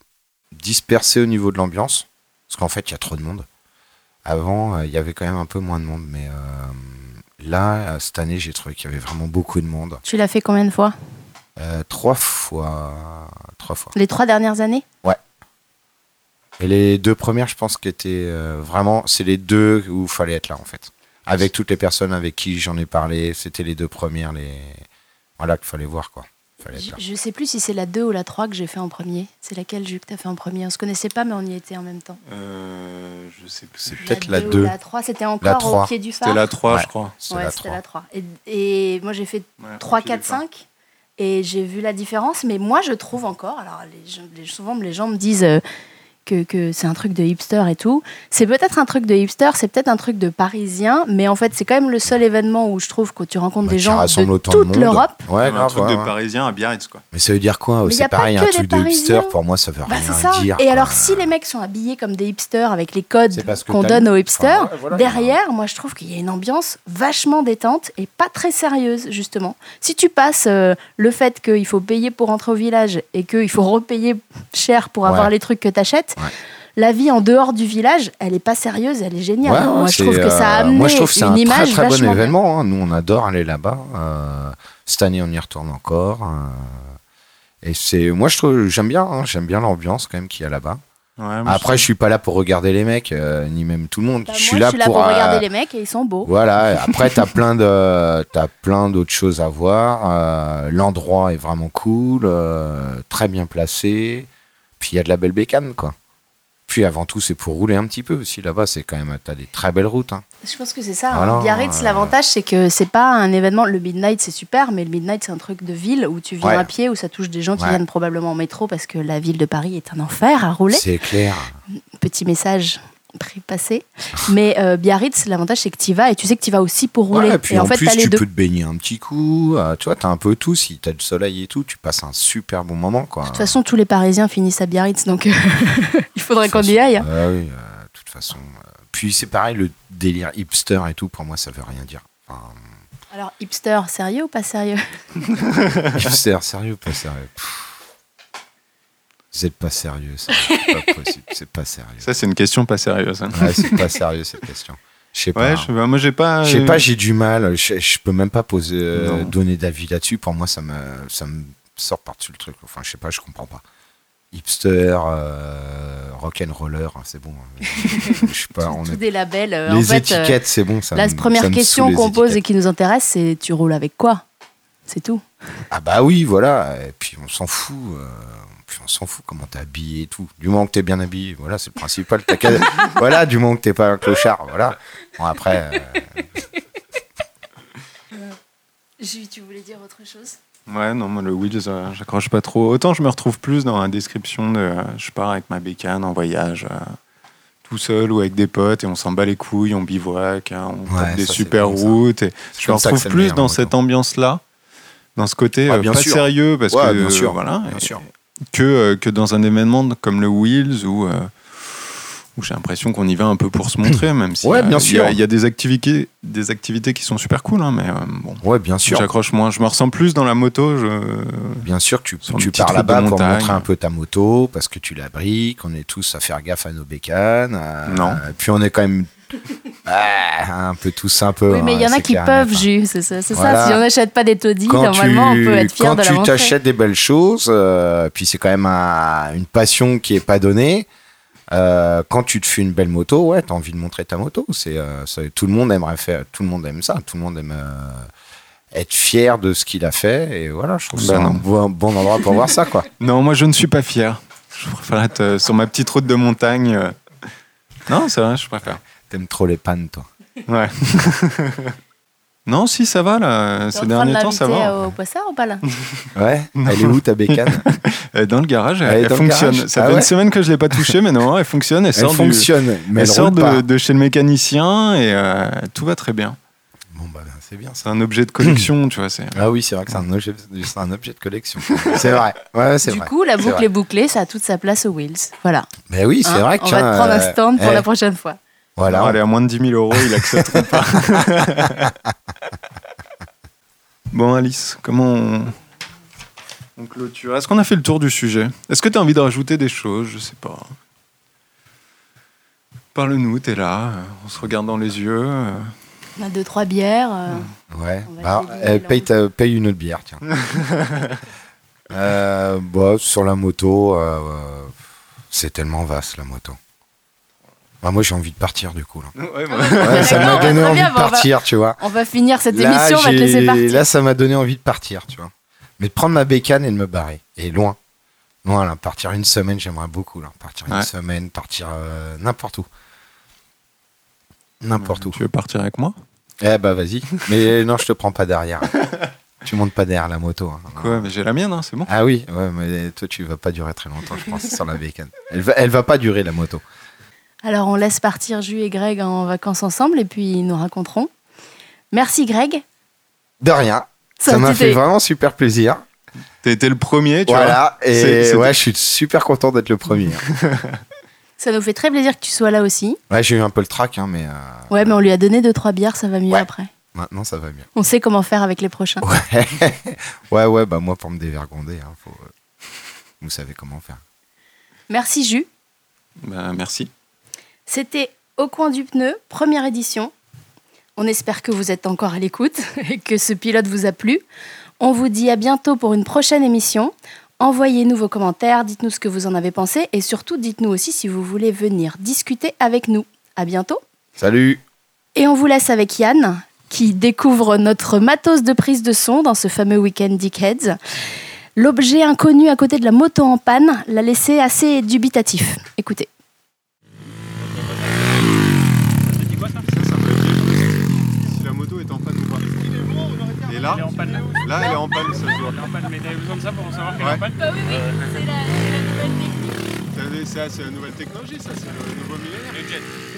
[SPEAKER 2] dispersé au niveau de l'ambiance, parce qu'en fait il y a trop de monde. Avant euh, il y avait quand même un peu moins de monde, mais euh, là euh, cette année j'ai trouvé qu'il y avait vraiment beaucoup de monde.
[SPEAKER 1] tu l'as fait combien de fois
[SPEAKER 2] Euh, trois fois, trois fois.
[SPEAKER 1] les trois dernières années
[SPEAKER 2] Et les deux premières, je pense qu'étaient euh, vraiment, c'est les deux où il fallait être là en fait. Avec toutes les personnes avec qui j'en ai parlé, c'était les deux premières, les voilà qu'il fallait voir quoi. Fallait être
[SPEAKER 1] je,
[SPEAKER 2] là.
[SPEAKER 1] je sais plus si c'est la 2 ou la 3 que j'ai fait en premier c'est laquelle Jules que t'as fait en premier on se connaissait pas mais on y était en même temps
[SPEAKER 3] Euh, Je sais plus. C'était
[SPEAKER 2] Peut-être la
[SPEAKER 1] deux ou
[SPEAKER 2] 2.
[SPEAKER 1] La 3 c'était encore au
[SPEAKER 2] 3.
[SPEAKER 1] pied du phare
[SPEAKER 3] la 3,
[SPEAKER 2] Ouais.
[SPEAKER 3] je crois.
[SPEAKER 2] C'est
[SPEAKER 1] Ouais,
[SPEAKER 2] la
[SPEAKER 1] c'était
[SPEAKER 2] 3.
[SPEAKER 1] la 3. Et, et moi, j'ai fait
[SPEAKER 2] Ah,
[SPEAKER 3] Ouais,
[SPEAKER 1] 3,
[SPEAKER 3] au pied
[SPEAKER 1] 4,
[SPEAKER 3] du phare.
[SPEAKER 1] 5. Et j'ai vu la différence. Mais moi, je trouve encore. Alors, les gens- les- souvent, les gens me disent euh, que, que c'est un truc de hipster et tout. C'est peut-être un truc de hipster, c'est peut-être un truc de parisien, mais en fait, c'est quand même le seul événement où je trouve que tu rencontres
[SPEAKER 2] Bah,
[SPEAKER 1] des
[SPEAKER 2] qui
[SPEAKER 1] gens
[SPEAKER 2] rassemble
[SPEAKER 1] de
[SPEAKER 2] autant de
[SPEAKER 1] toute
[SPEAKER 2] monde.
[SPEAKER 1] l'Europe.
[SPEAKER 2] Ouais,
[SPEAKER 3] Comme un
[SPEAKER 2] grave,
[SPEAKER 3] truc
[SPEAKER 2] ouais,
[SPEAKER 3] de
[SPEAKER 2] ouais.
[SPEAKER 3] parisien à Biarritz, quoi.
[SPEAKER 2] Mais ça veut dire quoi
[SPEAKER 1] Mais y a
[SPEAKER 2] C'est
[SPEAKER 1] pas
[SPEAKER 2] pareil,
[SPEAKER 1] que
[SPEAKER 2] un
[SPEAKER 1] des
[SPEAKER 2] truc de hipster,
[SPEAKER 1] Parisiens.
[SPEAKER 2] pour moi, ça veut
[SPEAKER 1] Bah, c'est ça.
[SPEAKER 2] rien dire.
[SPEAKER 1] et
[SPEAKER 2] quoi.
[SPEAKER 1] alors, si les mecs sont habillés comme des hipsters avec les codes
[SPEAKER 2] C'est parce que
[SPEAKER 1] qu'on
[SPEAKER 2] t'as
[SPEAKER 1] donne
[SPEAKER 2] lu.
[SPEAKER 1] aux hipsters,
[SPEAKER 2] Enfin, ouais, voilà.
[SPEAKER 1] derrière, moi, je trouve qu'il y a une ambiance vachement détente et pas très sérieuse, justement. Si tu passes euh, le fait qu'il faut payer pour rentrer au village et qu'il faut repayer cher pour avoir
[SPEAKER 2] Ouais.
[SPEAKER 1] les trucs que t'achètes,
[SPEAKER 2] Ouais.
[SPEAKER 1] la vie en dehors du village, elle est pas sérieuse, elle est géniale.
[SPEAKER 2] Ouais,
[SPEAKER 1] moi, je
[SPEAKER 2] c'est,
[SPEAKER 1] trouve que ça a
[SPEAKER 2] euh,
[SPEAKER 1] amené
[SPEAKER 2] moi, je trouve que c'est
[SPEAKER 1] une
[SPEAKER 2] un très,
[SPEAKER 1] image
[SPEAKER 2] très bon
[SPEAKER 1] vachement bien.
[SPEAKER 2] événement. hein. Nous, on adore aller là-bas. Euh, cette année, on y retourne encore. euh, et c'est, moi, je trouve, j'aime bien. hein. j'aime bien l'ambiance quand même qu'il y a là-bas.
[SPEAKER 3] Ouais, moi,
[SPEAKER 2] Après, je suis pas là pour regarder les mecs, euh, ni même tout le monde.
[SPEAKER 1] Bah,
[SPEAKER 2] je
[SPEAKER 1] moi,
[SPEAKER 2] suis là pour, euh,
[SPEAKER 1] regarder les mecs et ils sont beaux. [LAUGHS]
[SPEAKER 2] Voilà, et après, t'as plein de, t'as plein d'autres choses à voir. Euh, l'endroit est vraiment cool, euh, très bien placé. Puis il y a de la belle bécane, quoi. Puis avant tout, c'est pour rouler un petit peu aussi. Là-bas, c'est quand même, t'as des très belles routes. hein.
[SPEAKER 1] Je pense que c'est ça. hein.
[SPEAKER 2] Voilà,
[SPEAKER 1] Biarritz,
[SPEAKER 2] euh,
[SPEAKER 1] l'avantage, c'est que c'est pas un événement. Le Midnight, c'est super, mais le Midnight, c'est un truc de ville où tu viens
[SPEAKER 2] Ouais.
[SPEAKER 1] à pied, où ça touche des gens qui
[SPEAKER 2] Ouais.
[SPEAKER 1] viennent probablement en métro parce que la ville de Paris est un enfer à rouler.
[SPEAKER 2] C'est clair.
[SPEAKER 1] Petit message pré-passé. mais euh, Biarritz, l'avantage, c'est que tu vas et tu sais que tu vas aussi pour rouler.
[SPEAKER 2] Ouais, et puis
[SPEAKER 1] et
[SPEAKER 2] en,
[SPEAKER 1] en fait,
[SPEAKER 2] plus,
[SPEAKER 1] t'as les
[SPEAKER 2] tu
[SPEAKER 1] deux.
[SPEAKER 2] peux te baigner un petit coup. euh, tu vois, t'as un peu tout. Si t'as du soleil et tout, tu passes un super bon moment, quoi.
[SPEAKER 1] De toute façon, tous les Parisiens finissent à Biarritz, donc euh, [LAUGHS] il faudrait
[SPEAKER 2] De
[SPEAKER 1] qu'on
[SPEAKER 2] toute
[SPEAKER 1] y aille.
[SPEAKER 2] façon, ah oui, euh, de toute façon. euh, Puis c'est pareil, le délire hipster et tout, pour moi, ça veut rien dire.
[SPEAKER 1] [LAUGHS]
[SPEAKER 2] Enfin,
[SPEAKER 1] Alors, hipster, sérieux ou pas sérieux
[SPEAKER 2] Hipster, sérieux ou pas sérieux Pff. Vous êtes pas sérieux, ça. C'est
[SPEAKER 1] [LAUGHS]
[SPEAKER 2] pas possible. C'est pas sérieux.
[SPEAKER 3] Ça, c'est une question pas sérieuse. hein.
[SPEAKER 2] Ouais, c'est pas sérieux cette question. Je sais pas.
[SPEAKER 3] Ouais, je sais pas, moi, j'ai pas.
[SPEAKER 2] Je sais pas, j'ai du mal. Je je peux même pas poser, euh,
[SPEAKER 3] Non.
[SPEAKER 2] donner d'avis là-dessus. Pour moi, ça me, ça me sort par-dessus le truc. Enfin, je sais pas, je comprends pas. Hipster, euh, rock'n'roller, hein, c'est bon. hein. Je sais pas, on
[SPEAKER 1] Tous
[SPEAKER 2] est...
[SPEAKER 1] des labels. euh, en
[SPEAKER 2] Les
[SPEAKER 1] fait, euh,
[SPEAKER 2] étiquettes, c'est bon. Ça
[SPEAKER 1] la
[SPEAKER 2] me- ça
[SPEAKER 1] première
[SPEAKER 2] me
[SPEAKER 1] question
[SPEAKER 2] saoule, les
[SPEAKER 1] qu'on pose et
[SPEAKER 2] étiquettes.
[SPEAKER 1] qui nous intéresse, c'est tu roules avec quoi C'est tout.
[SPEAKER 2] Ah bah oui, voilà. Et puis on s'en fout. euh, puis on s'en fout comment t'es habillé et tout. Du moment que t'es bien habillé, voilà, c'est le principal. T'as qu'à- voilà, du moment que t'es pas un clochard, voilà. Bon après, euh,
[SPEAKER 1] tu voulais dire autre chose
[SPEAKER 3] Ouais, non, moi, le Wheels, euh, j'accroche pas trop. Autant je me retrouve plus dans la description de euh, je pars avec ma bécane en voyage, euh, tout seul ou avec des potes, et on s'en bat les couilles, on bivouac, hein, on
[SPEAKER 2] Ouais,
[SPEAKER 3] tape des
[SPEAKER 2] ça, c'est
[SPEAKER 3] super
[SPEAKER 2] bon, ça.
[SPEAKER 3] routes. Et
[SPEAKER 2] c'est
[SPEAKER 3] je
[SPEAKER 2] comme
[SPEAKER 3] me
[SPEAKER 2] ça que
[SPEAKER 3] retrouve
[SPEAKER 2] c'est le
[SPEAKER 3] plus
[SPEAKER 2] meilleur,
[SPEAKER 3] dans
[SPEAKER 2] moi,
[SPEAKER 3] cette
[SPEAKER 2] quoi.
[SPEAKER 3] ambiance-là, dans ce côté
[SPEAKER 2] Ouais,
[SPEAKER 3] euh,
[SPEAKER 2] Ah, bien
[SPEAKER 3] pas
[SPEAKER 2] sûr.
[SPEAKER 3] sérieux, parce
[SPEAKER 2] Ouais,
[SPEAKER 3] que
[SPEAKER 2] bien sûr,
[SPEAKER 3] euh, voilà,
[SPEAKER 2] bien
[SPEAKER 3] et-
[SPEAKER 2] sûr.
[SPEAKER 3] que, euh, que dans un événement comme le Wheels où, euh, où j'ai l'impression qu'on y va un peu pour se montrer, même si
[SPEAKER 2] Ouais,
[SPEAKER 3] euh, il
[SPEAKER 2] bien
[SPEAKER 3] y,
[SPEAKER 2] sûr.
[SPEAKER 3] a- il y a des activités, des activités qui sont super cool, hein, mais euh, bon.
[SPEAKER 2] ouais, bien sûr,
[SPEAKER 3] J'accroche moins, je me ressens plus dans la moto. Je...
[SPEAKER 2] bien sûr, tu,
[SPEAKER 3] Sur une
[SPEAKER 2] tu
[SPEAKER 3] petite
[SPEAKER 2] pars
[SPEAKER 3] route de
[SPEAKER 2] là-bas pour
[SPEAKER 3] montagne.
[SPEAKER 2] montrer un peu ta moto parce que tu la briques. On est tous à faire gaffe à nos bécanes. euh,
[SPEAKER 3] Non.
[SPEAKER 2] Puis on est quand même ah, un peu tous un peu.
[SPEAKER 1] Oui, mais il y
[SPEAKER 2] hein,
[SPEAKER 1] en a
[SPEAKER 2] c'est
[SPEAKER 1] qui
[SPEAKER 2] clair et
[SPEAKER 1] peuvent,
[SPEAKER 2] net, hein.
[SPEAKER 1] Jus. C'est ça. c'est ça.
[SPEAKER 2] Voilà.
[SPEAKER 1] Si on n'achète pas des taudis,
[SPEAKER 2] quand
[SPEAKER 1] normalement,
[SPEAKER 2] tu,
[SPEAKER 1] on peut être fier
[SPEAKER 2] quand
[SPEAKER 1] de la
[SPEAKER 2] tu
[SPEAKER 1] montrer.
[SPEAKER 2] t'achètes des belles choses, euh, puis c'est quand même un- une passion qui est pas donnée. euh, quand tu te fais une belle moto, ouais, t'as envie de montrer ta moto. C'est euh, c'est- tout le monde aimerait faire, tout le monde aime ça, tout le monde aime euh, être fier de ce qu'il a fait. Et voilà, je trouve
[SPEAKER 3] Ben
[SPEAKER 2] ça un
[SPEAKER 3] non.
[SPEAKER 2] bon, bon endroit pour voir ça, quoi.
[SPEAKER 3] Non, moi je ne suis pas fier. Je préfère être euh, sur ma petite route de montagne. euh. Non, c'est vrai, je préfère.
[SPEAKER 2] T'aimes trop les pannes, toi.
[SPEAKER 3] Ouais. non, si ça va là,
[SPEAKER 1] T'es
[SPEAKER 3] ces
[SPEAKER 1] en train de
[SPEAKER 3] derniers temps ça
[SPEAKER 1] l'inviter,
[SPEAKER 3] va.
[SPEAKER 1] euh, au poissard ou pas là
[SPEAKER 2] Ouais. Elle est où ta bécane
[SPEAKER 3] Elle est Euh, Dans le garage,
[SPEAKER 2] Elle est
[SPEAKER 3] elle,
[SPEAKER 2] dans le
[SPEAKER 3] fonctionne.
[SPEAKER 2] garage
[SPEAKER 3] Ça
[SPEAKER 2] Ah
[SPEAKER 3] fait
[SPEAKER 2] ouais
[SPEAKER 3] une semaine que je l'ai pas touchée, mais non, elle fonctionne. Elle,
[SPEAKER 2] Elle
[SPEAKER 3] sort, du-
[SPEAKER 2] fonctionne, mais
[SPEAKER 3] elle
[SPEAKER 2] elle,
[SPEAKER 3] sort
[SPEAKER 2] roule
[SPEAKER 3] de,
[SPEAKER 2] pas.
[SPEAKER 3] de chez le mécanicien et euh, tout va très bien.
[SPEAKER 2] Bon, bah, c'est bien ça.
[SPEAKER 3] C'est un
[SPEAKER 2] [CLEARS THROAT]
[SPEAKER 3] objet de collection, tu vois. C'est...
[SPEAKER 2] Ah oui, c'est vrai que c'est un objet, c'est un objet de collection. [LAUGHS] c'est vrai. Ouais, [LAUGHS] c'est
[SPEAKER 1] Du
[SPEAKER 2] vrai.
[SPEAKER 1] coup, la
[SPEAKER 2] C'est
[SPEAKER 1] boucle
[SPEAKER 2] vrai.
[SPEAKER 1] est bouclée, ça a toute sa place aux Wheels. Voilà.
[SPEAKER 2] Mais oui, c'est
[SPEAKER 1] Hein,
[SPEAKER 2] vrai que
[SPEAKER 1] On va
[SPEAKER 2] tiens,
[SPEAKER 1] te prendre un
[SPEAKER 2] euh,
[SPEAKER 1] stand pour
[SPEAKER 2] eh,
[SPEAKER 1] la prochaine fois.
[SPEAKER 2] Voilà,
[SPEAKER 3] Alors, elle est à moins de 10 000 euros, il accepte pas. [LAUGHS] bon, Alice, comment on, on clôture Est-ce qu'on a fait le tour du sujet Est-ce que tu as envie de rajouter des choses Je sais pas. Parle-nous, t'es là, euh, on se regarde dans les yeux. euh.
[SPEAKER 1] On a deux, trois bières. euh,
[SPEAKER 2] Ouais.
[SPEAKER 1] On va
[SPEAKER 2] Bah,
[SPEAKER 1] essayer
[SPEAKER 2] euh,
[SPEAKER 1] de
[SPEAKER 2] paye, ta- paye une autre bière, [LAUGHS] tiens. Euh, bah, sur la moto, euh, c'est tellement vaste la moto. Bah, moi j'ai envie de partir du coup. Là. Ouais, ça m'a
[SPEAKER 1] d'accord,
[SPEAKER 2] donné
[SPEAKER 1] bah, très
[SPEAKER 2] envie
[SPEAKER 1] bien, bah, on
[SPEAKER 2] de
[SPEAKER 1] va-
[SPEAKER 2] partir, tu vois.
[SPEAKER 1] On va finir cette
[SPEAKER 2] Là,
[SPEAKER 1] émission, on va te laisser
[SPEAKER 2] j'ai-
[SPEAKER 1] partir.
[SPEAKER 2] là, ça m'a donné envie de partir, tu vois. Mais de prendre ma bécane et de me barrer. Et loin. Loin, là. Partir une semaine, j'aimerais beaucoup, là. Partir une
[SPEAKER 3] Ouais.
[SPEAKER 2] semaine, partir euh, n'importe où. N'importe où.
[SPEAKER 3] Tu veux partir avec moi
[SPEAKER 2] euh,
[SPEAKER 3] [LAUGHS]
[SPEAKER 2] Eh bah vas-y. Mais non, je te prends pas derrière. Tu montes pas derrière la moto. hein.
[SPEAKER 3] Quoi Mais j'ai la mienne, hein, c'est bon.
[SPEAKER 2] Ah oui, ouais, mais toi tu vas pas durer très longtemps, je pense, sans la bécane. Elle va, elle va pas durer la moto.
[SPEAKER 1] Alors on laisse partir Jus et Greg en vacances ensemble et puis ils nous raconteront. Merci Greg.
[SPEAKER 2] De rien. Ça
[SPEAKER 1] Sorti
[SPEAKER 2] m'a fait
[SPEAKER 1] des-
[SPEAKER 2] vraiment super plaisir.
[SPEAKER 3] T'as été le premier, tu
[SPEAKER 2] voilà. Et
[SPEAKER 3] C'est- c'était-
[SPEAKER 2] ouais, je suis super content d'être le premier. hein.
[SPEAKER 1] Ça nous fait très plaisir que tu sois là aussi.
[SPEAKER 2] ouais, j'ai eu un peu le trac, hein, mais euh,
[SPEAKER 1] Ouais, mais on lui a donné deux trois bières, ça va mieux
[SPEAKER 2] Ouais.
[SPEAKER 1] après.
[SPEAKER 2] maintenant ça va mieux.
[SPEAKER 1] On sait comment faire avec les prochains.
[SPEAKER 2] Ouais, [LAUGHS] ouais, ouais, bah moi pour me dévergonder, hein, faut, euh, vous savez comment faire.
[SPEAKER 1] Merci Jus.
[SPEAKER 3] vois. Ben, merci.
[SPEAKER 1] C'était Au coin du pneu, première édition. On espère que vous êtes encore à l'écoute [LAUGHS] et que ce pilote vous a plu. On vous dit à bientôt pour une prochaine émission. Envoyez-nous vos commentaires, dites-nous ce que vous en avez pensé et surtout dites-nous aussi si vous voulez venir discuter avec nous. À bientôt.
[SPEAKER 2] Salut
[SPEAKER 1] Et on vous laisse avec Yann qui découvre notre matos de prise de son dans ce fameux week-end Dickheads. L'objet inconnu à côté de la moto en panne l'a laissé assez dubitatif. Écoutez.
[SPEAKER 3] Si la moto est en panne ou pas. Et là,
[SPEAKER 5] Elle est en panne, là.
[SPEAKER 3] là, elle est en panne, ça se voit.
[SPEAKER 5] mais t'avais besoin de ça pour en savoir
[SPEAKER 3] est en
[SPEAKER 5] panne
[SPEAKER 3] Euh, Ça, C'est la nouvelle technologie, ça, c'est le nouveau millénaire.
[SPEAKER 5] Le jet.